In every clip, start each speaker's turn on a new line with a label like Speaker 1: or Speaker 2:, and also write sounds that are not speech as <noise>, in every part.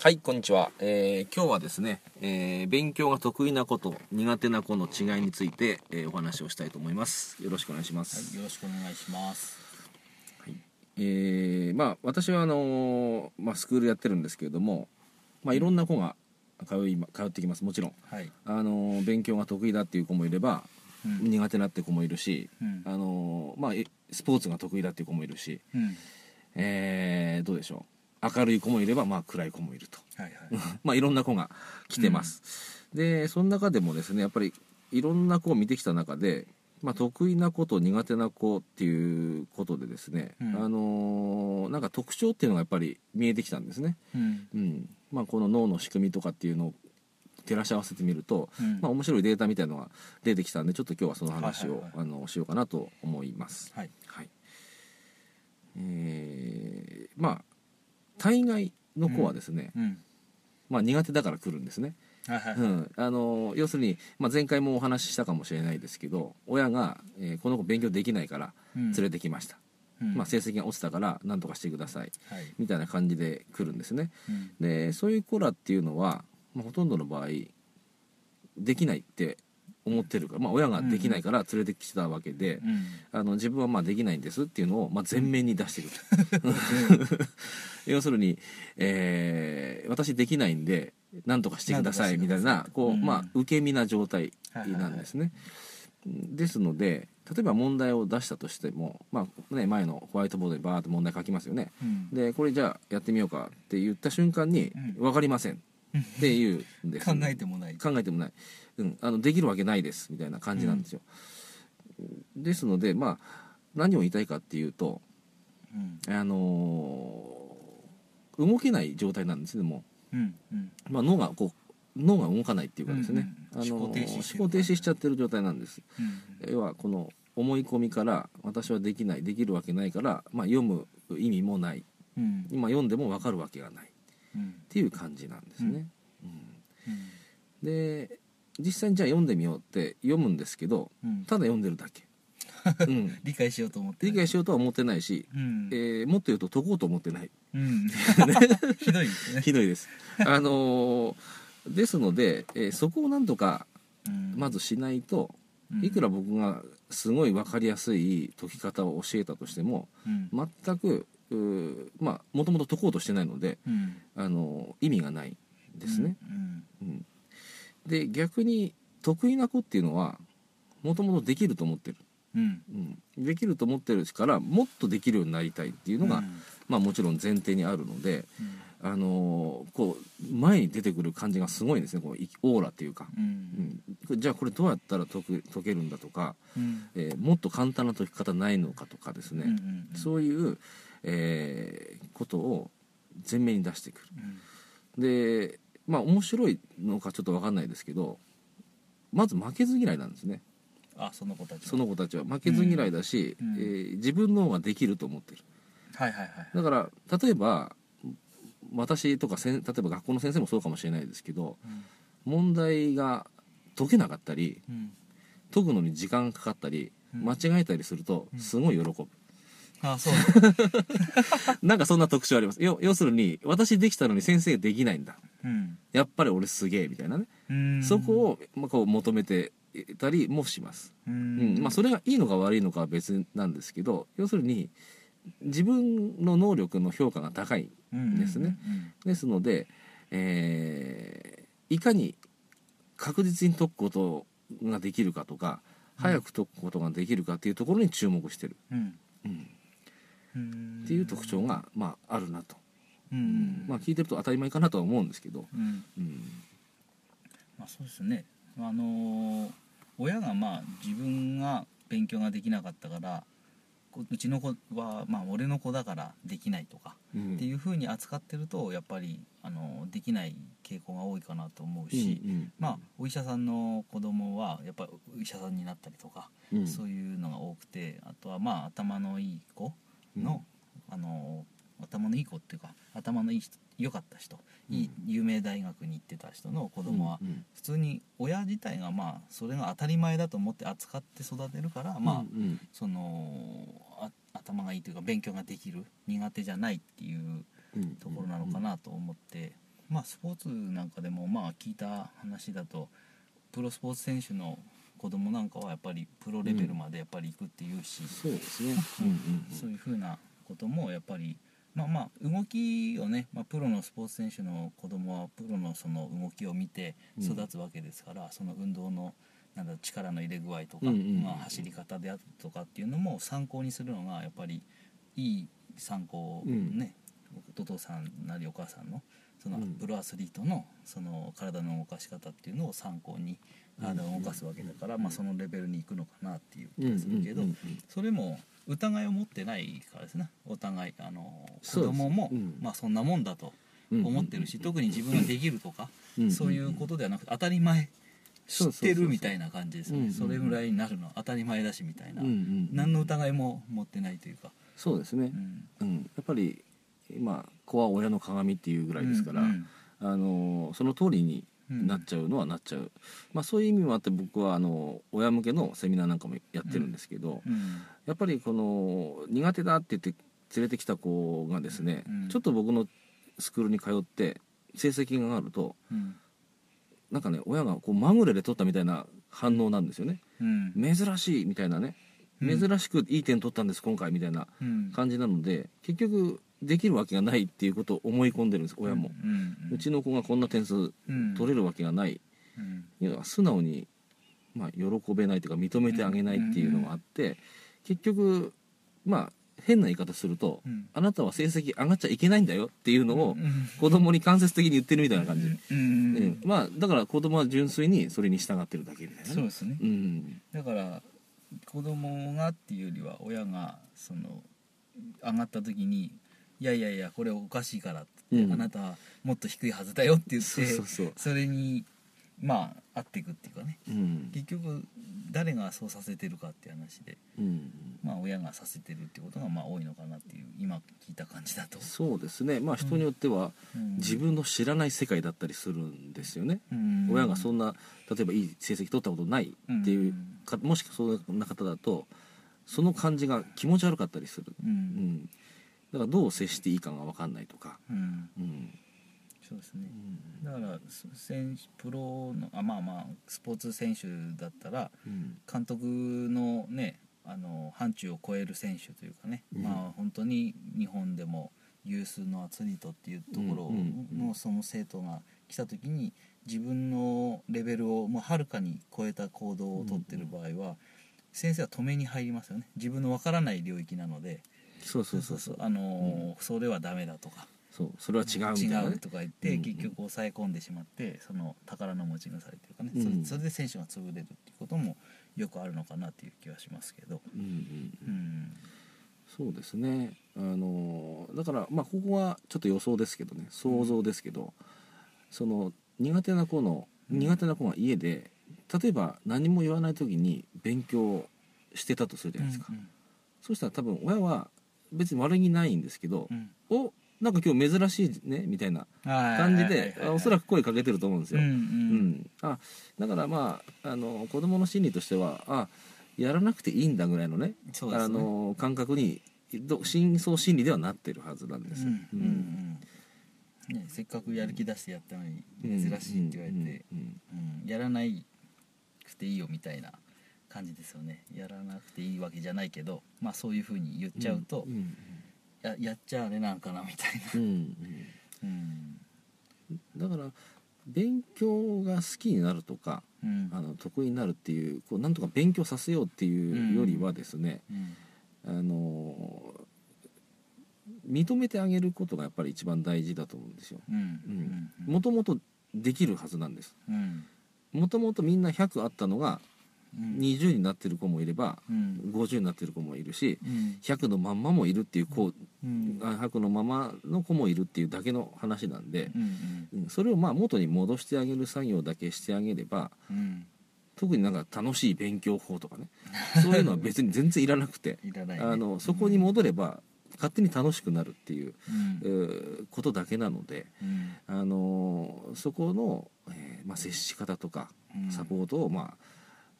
Speaker 1: はい、こんにちは。えー今日はですね、えー勉強が得意な子と苦手な子の違いについて、えーお話をしたいと思います。よろしくお願いします。
Speaker 2: よろしくお願いします。
Speaker 1: えーまあ私はあのーまあ、スクールやってるんですけれども、まあ、いろんな子が通いま通ってきますもちろん、
Speaker 2: はい。
Speaker 1: あのー勉強が得意だっていう子もいれば、
Speaker 2: うん
Speaker 1: 苦手なって子もいるし、
Speaker 2: うん
Speaker 1: あのーまあ、えスポーツが得意だっていう子もいるし、
Speaker 2: うん。
Speaker 1: えーどうでしょう明るい子もいれば、まあ、暗い子もいると、
Speaker 2: はいはい。
Speaker 1: まあ、いろんな子が来てます、でその中でもですねやっぱりいろんな子を見てきた中で、まあ、得意な子と苦手な子っていうことでですね、
Speaker 2: うん
Speaker 1: あのーなんか特徴っていうのがやっぱり見えてきたんですね、
Speaker 2: うん。
Speaker 1: うんまあ、この脳の仕組みとかっていうのを照らし合わせてみると、
Speaker 2: うん
Speaker 1: まあ、面白いデータみたいのが出てきたんでちょっと今日はその話を、
Speaker 2: はいはいは
Speaker 1: あのしようかなと思います。
Speaker 2: はい。
Speaker 1: はいえーまあ大概の子はですね、
Speaker 2: うん。
Speaker 1: まあ、苦手だから来るんですね、
Speaker 2: はいはい。
Speaker 1: う
Speaker 2: はい
Speaker 1: ん、あの要するに、まあ、前回もお話ししたかもしれないですけど親が、えーこの子勉強できないから連れてきました、
Speaker 2: うん
Speaker 1: まあ、成績が落ちたから何とかしてください
Speaker 2: はい。
Speaker 1: みたいな感じで来るんですね
Speaker 2: うん。
Speaker 1: でそういう子らっていうのは、まあ、ほとんどの場合できないって思ってるから、まあ、親ができないから連れてきたわけで、
Speaker 2: うん。
Speaker 1: あの自分はまあできないんですっていうのをまあ前面に出してくる、要するに、えー私できないんで何とかしてくださいみたいなこう、
Speaker 2: うん
Speaker 1: まあ、受け身な状態
Speaker 2: はいはいはい
Speaker 1: なんですね。ですので例えば問題を出したとしても、まあね、前のホワイトボードにバーッと問題書きますよね。
Speaker 2: うん。
Speaker 1: でこれじゃあやってみようかって言った瞬間に「
Speaker 2: う
Speaker 1: 分かりません」っていうんです
Speaker 2: 考えてもない。
Speaker 1: <laughs> 考えてもない、うん、あのできるわけないですみたいな感じなんですよ、ですのでまあ何を言いたいかっていうと
Speaker 2: うん。
Speaker 1: あのー動けない状態なんですねも
Speaker 2: うん。うん。
Speaker 1: う、まあ、脳がこう脳が動かないっていうかですね、
Speaker 2: うんうん
Speaker 1: あのー
Speaker 2: 思考停止してる
Speaker 1: 思考停止しちゃってる状態なんです
Speaker 2: うん。
Speaker 1: 要はこの思い込みから私はできないできるわけないから、まあ、読む意味もない
Speaker 2: うん。
Speaker 1: 今読んでも分かるわけがないっ
Speaker 2: うん。
Speaker 1: ていう感じなんですね、うん
Speaker 2: う
Speaker 1: で実際にじゃあ読んでみようって読むんですけど
Speaker 2: ん。
Speaker 1: ただ読んでるだ <laughs> け、うん、
Speaker 2: 理解しようと思って。
Speaker 1: 理解しようとは思ってないし、
Speaker 2: うん
Speaker 1: え。ーもっと言うと解こうと思ってない
Speaker 2: うん。ひどいです
Speaker 1: <laughs>
Speaker 2: ね。
Speaker 1: ひどいですあのーですので、えーそこをなんとか
Speaker 2: うん
Speaker 1: まずしないといくら。僕がすごい分かりやすい解き方を教えたとしても
Speaker 2: うん。
Speaker 1: 全くうーまあもともと解こうとしてないので、
Speaker 2: うん。
Speaker 1: あのー意味がないですね、
Speaker 2: うん。
Speaker 1: うんで逆に得意な子っていうのはもともとできると思ってる、
Speaker 2: うん。
Speaker 1: うん、できると思ってるからもっとできるようになりたいっていうのが、
Speaker 2: うん
Speaker 1: まあ、もちろん前提にあるので、あのーこう前に出てくる感じがすごいんですねこういオーラっていうか、
Speaker 2: う。
Speaker 1: うんん、じゃあこれどうやったら解く解けるんだとか、
Speaker 2: うん。
Speaker 1: えーもっと簡単な解き方ないのかとかですね、
Speaker 2: うん。
Speaker 1: そういう、えーことを前面に出してくる。
Speaker 2: うん。
Speaker 1: でまあ面白いのかちょっと分かんないですけどまず負けず嫌いなんですね
Speaker 2: あ、その子たち。
Speaker 1: その。子たちは負けず嫌いだし、
Speaker 2: うんうん
Speaker 1: えー自分の方ができると思ってる
Speaker 2: はいはいはい。
Speaker 1: だから例えば私とかせん例えば学校の先生もそうかもしれないですけど
Speaker 2: うん。
Speaker 1: 問題が解けなかったり
Speaker 2: うん。
Speaker 1: 解くのに時間かかったり
Speaker 2: うん
Speaker 1: 間違えたりすると
Speaker 2: うん
Speaker 1: すごい喜ぶ、<laughs>
Speaker 2: あ、そう。
Speaker 1: なんかそんな特徴あります要要するに私できたのに先生できないんだ
Speaker 2: うん。
Speaker 1: やっぱり俺すげえみたいなね
Speaker 2: うん
Speaker 1: そこを、まあ、こう求めてたりもします、
Speaker 2: う
Speaker 1: うん
Speaker 2: ん、
Speaker 1: まあ、それがいいのか悪いのかは別なんですけど要するに自分の能力の評価が高いですねですので、えーいかに確実に解くことができるかとか
Speaker 2: うん
Speaker 1: 早く解くことができるかっていうところに注目してる、
Speaker 2: うんうん
Speaker 1: うん
Speaker 2: うん、
Speaker 1: っていう特徴が、まあ、あるなと、
Speaker 2: うん、
Speaker 1: まあ、聞いてると当たり前かなとは思うんですけど、
Speaker 2: うん
Speaker 1: うん
Speaker 2: まあ、そうですねあのー親がまあ自分が勉強ができなかったからこううちの子はまあ俺の子だからできないとか
Speaker 1: うん
Speaker 2: っていうふうに扱ってるとやっぱりあのーできない傾向が多いかなと思う
Speaker 1: うん
Speaker 2: し、
Speaker 1: うん
Speaker 2: まあお医者さんの子供はやっぱりお医者さんになったりとか、
Speaker 1: うん
Speaker 2: そういうのが多くてあとはまあ頭のいい子、の、あの頭のいい子っていうか頭のいい人良かった人、いい有名大学に行ってた人の子
Speaker 1: 子
Speaker 2: 供は、
Speaker 1: うんうん
Speaker 2: 普通に親自体がまあそれが当たり前だと思って扱って育てるから、まあ
Speaker 1: うん
Speaker 2: そのあ頭がいいというか勉強ができる苦手じゃないっていう
Speaker 1: うん
Speaker 2: ところなのかなと思って、まあスポーツなんかでもまあ聞いた話だとプロスポーツ選手の子供なんかはやっぱりプロレベルまでやっぱり行くっていうし、
Speaker 1: そうですね。うんうんうん
Speaker 2: <laughs> そういうふうなこともやっぱりまあまあ動きをね、まあ、プロのスポーツ選手の子供はプロのその動きを見て育つわけですから、その運動のなんだ力の入れ具合とか、
Speaker 1: うんうんうん
Speaker 2: まあ、走り方であるとかっていうのも参考にするのがやっぱりいい参考をね、お父さんなりお母さんのその
Speaker 1: うん
Speaker 2: プロアスリートのその体の動かし方っていうのを参考に体を動かすわけだから、まあ、そのレベルに行くのかなっていう気がするけど、
Speaker 1: うんうん
Speaker 2: それも疑いを持ってないからですねお互いあの子
Speaker 1: そうです
Speaker 2: 供も、
Speaker 1: うん
Speaker 2: まあ、そんなもんだと
Speaker 1: うんうん
Speaker 2: 思ってるし、特に自分ができるとか、
Speaker 1: うんうん
Speaker 2: そういうことではなくて当たり前知
Speaker 1: そうそ
Speaker 2: っ
Speaker 1: うそ
Speaker 2: て
Speaker 1: うそう
Speaker 2: るみたいな感じですね、
Speaker 1: うんうんうん
Speaker 2: それぐらいになるのは当たり前だしみたいな、
Speaker 1: うんうん
Speaker 2: 何の疑いも持ってないというか、
Speaker 1: そうですねう
Speaker 2: う。ん、
Speaker 1: ん、やっぱり今子は親の鏡っていうぐらいですから、
Speaker 2: うん
Speaker 1: あのその通りに
Speaker 2: うん
Speaker 1: なっちゃうのはなっちゃう、まあ、そういう意味もあって僕はあの親向けのセミナーなんかもやってるんですけど、
Speaker 2: うん
Speaker 1: やっぱりこの苦手だって言って連れてきた子がですね、
Speaker 2: うん
Speaker 1: ちょっと僕のスクールに通って成績が上がると
Speaker 2: うん
Speaker 1: なんかね親がこうまぐれで取ったみたいな反応なんですよね。
Speaker 2: うん
Speaker 1: 珍しいみたいなね
Speaker 2: うん
Speaker 1: 珍しくいい点取ったんです今回みたいな
Speaker 2: うん
Speaker 1: 感じなので結局できるわけがないっていうことを思い込んでるんです親も、
Speaker 2: うんうん
Speaker 1: うちの子がこんな点数
Speaker 2: うん
Speaker 1: 取れるわけがない、
Speaker 2: うん
Speaker 1: いや素直に、まあ、喜べないというか認めてあげないっていうのがあって、結局まあ変な言い方すると、
Speaker 2: うん
Speaker 1: あなたは成績上がっちゃいけないんだよっていうのを
Speaker 2: うん
Speaker 1: 子供に間接的に言ってるみたいな感じ、
Speaker 2: うん
Speaker 1: うん
Speaker 2: うんうん
Speaker 1: まあだから子供は純粋にそれに従ってるだけみたいなね
Speaker 2: そうですね
Speaker 1: うん
Speaker 2: だから子供がっていうよりは親がその上がった時に「いやいやいやこれおかしいから」って、
Speaker 1: うん
Speaker 2: あなたはもっと低いはずだよ」って言って
Speaker 1: そうそうそう
Speaker 2: それにまあ合っていくっていうかね
Speaker 1: うん
Speaker 2: 結局誰がそうさせてるかっていう話で、
Speaker 1: うん
Speaker 2: まあ、親がさせてるってことがまあ多いのかなっていう今聞いた感じだと。
Speaker 1: そうですねまあ人によっては
Speaker 2: うん
Speaker 1: 自分の知らない世界だったりするんですよね、親がそんな例えばいい成績取ったことないっていうか、もしくはそんな方だとその感じが気持ち悪かったりする、
Speaker 2: う
Speaker 1: うんん、だからどう接していいかが分かんないとか、
Speaker 2: うん
Speaker 1: うん
Speaker 2: そうですね、だからす選手プロのあまあまあスポーツ選手だったら
Speaker 1: うん
Speaker 2: 監督のねあの範疇を超える選手というかね、
Speaker 1: うん
Speaker 2: まあ本当に日本でも有数のアスリートっていうとこ
Speaker 1: う
Speaker 2: ろ
Speaker 1: んうんうん
Speaker 2: のその生徒が来た時に自分のレベルをもうはるかに超えた行動をとってる場合は先生は止めに入りますよね自分のわからない領域なので
Speaker 1: そうそうそうそう
Speaker 2: あのーそれはダメだとか
Speaker 1: そうそれは違うみたいな、
Speaker 2: 違
Speaker 1: ね
Speaker 2: う、とか言って、
Speaker 1: うんうん
Speaker 2: 結局抑え込んでしまってその宝の持ち腐れというかね、
Speaker 1: うんうん
Speaker 2: それそれで選手が潰れるっていうこともよくあるのかなっていう気はしますけど、
Speaker 1: うんうん
Speaker 2: う、ん、
Speaker 1: そうですねあのだからまあここはちょっと予想ですけどね想像ですけど、その苦手な子の
Speaker 2: うん
Speaker 1: 苦手な子が家で例えば何も言わない時に勉強してたとするじゃないですか、そうしたら多分親は別に悪気ないんですけど
Speaker 2: う、ん
Speaker 1: おなんか今日珍しいねみたいな感じであおそら
Speaker 2: く
Speaker 1: く声かけてると思うんですよ、
Speaker 2: うんうん
Speaker 1: うん、あだからまああの子供の心理としてはあやらなくていいんだぐらいのね
Speaker 2: そうです
Speaker 1: あ
Speaker 2: ね
Speaker 1: の感覚にど深層心理ではなってるはずなんです。
Speaker 2: うんうんうんね、せっかくやる気出してやったのに
Speaker 1: うん
Speaker 2: 珍しいって言われて、うん
Speaker 1: うんうん
Speaker 2: やらなくていいよみたいな感じですよねやらなくていいわけじゃないけど、まあ、そういうふうに言っちゃうと、
Speaker 1: うん
Speaker 2: ややっちゃあれなんかなみた
Speaker 1: う
Speaker 2: いな。
Speaker 1: んうん
Speaker 2: うん
Speaker 1: だから勉強が好きになるとか
Speaker 2: うん
Speaker 1: あの得意になるっていうこうなんとか勉強させようっていうよりはですね、
Speaker 2: うん
Speaker 1: あの認めてあげることがやっぱり一番大事だと思うんですよ。
Speaker 2: うん
Speaker 1: うん
Speaker 2: うん
Speaker 1: もともとできるはずなんです。
Speaker 2: うん
Speaker 1: もともとみんな100あったのが
Speaker 2: うん
Speaker 1: 20になってる子もいれば
Speaker 2: うん
Speaker 1: 50になってる子もいるし
Speaker 2: うん
Speaker 1: 100のまんまもいるっていう子
Speaker 2: うん
Speaker 1: あ100のままの子もいるっていうだけの話なんで
Speaker 2: う、ん
Speaker 1: うんそれをまあ元に戻してあげる作業だけしてあげれば
Speaker 2: うん
Speaker 1: 特になんか楽しい勉強法とか
Speaker 2: <laughs>
Speaker 1: ねそういうのは別に全然いらなくて
Speaker 2: いらないね
Speaker 1: あのそこに戻れば勝手に楽しくなるっていう、
Speaker 2: うん
Speaker 1: えーことだけなので、
Speaker 2: うん
Speaker 1: あのーそこの、えーまあ、接し方とか
Speaker 2: うん
Speaker 1: サポートを、まあ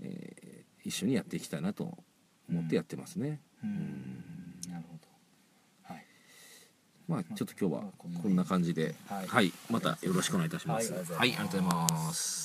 Speaker 1: えー一緒にやっていきたいなと思ってやってますね。
Speaker 2: うんなるほどはい
Speaker 1: まあちょっと今日はこんな感じで、
Speaker 2: はい
Speaker 1: はい、またよろしくお願いいたします。
Speaker 2: はいありがとうございます
Speaker 1: はい、ありがとうございます。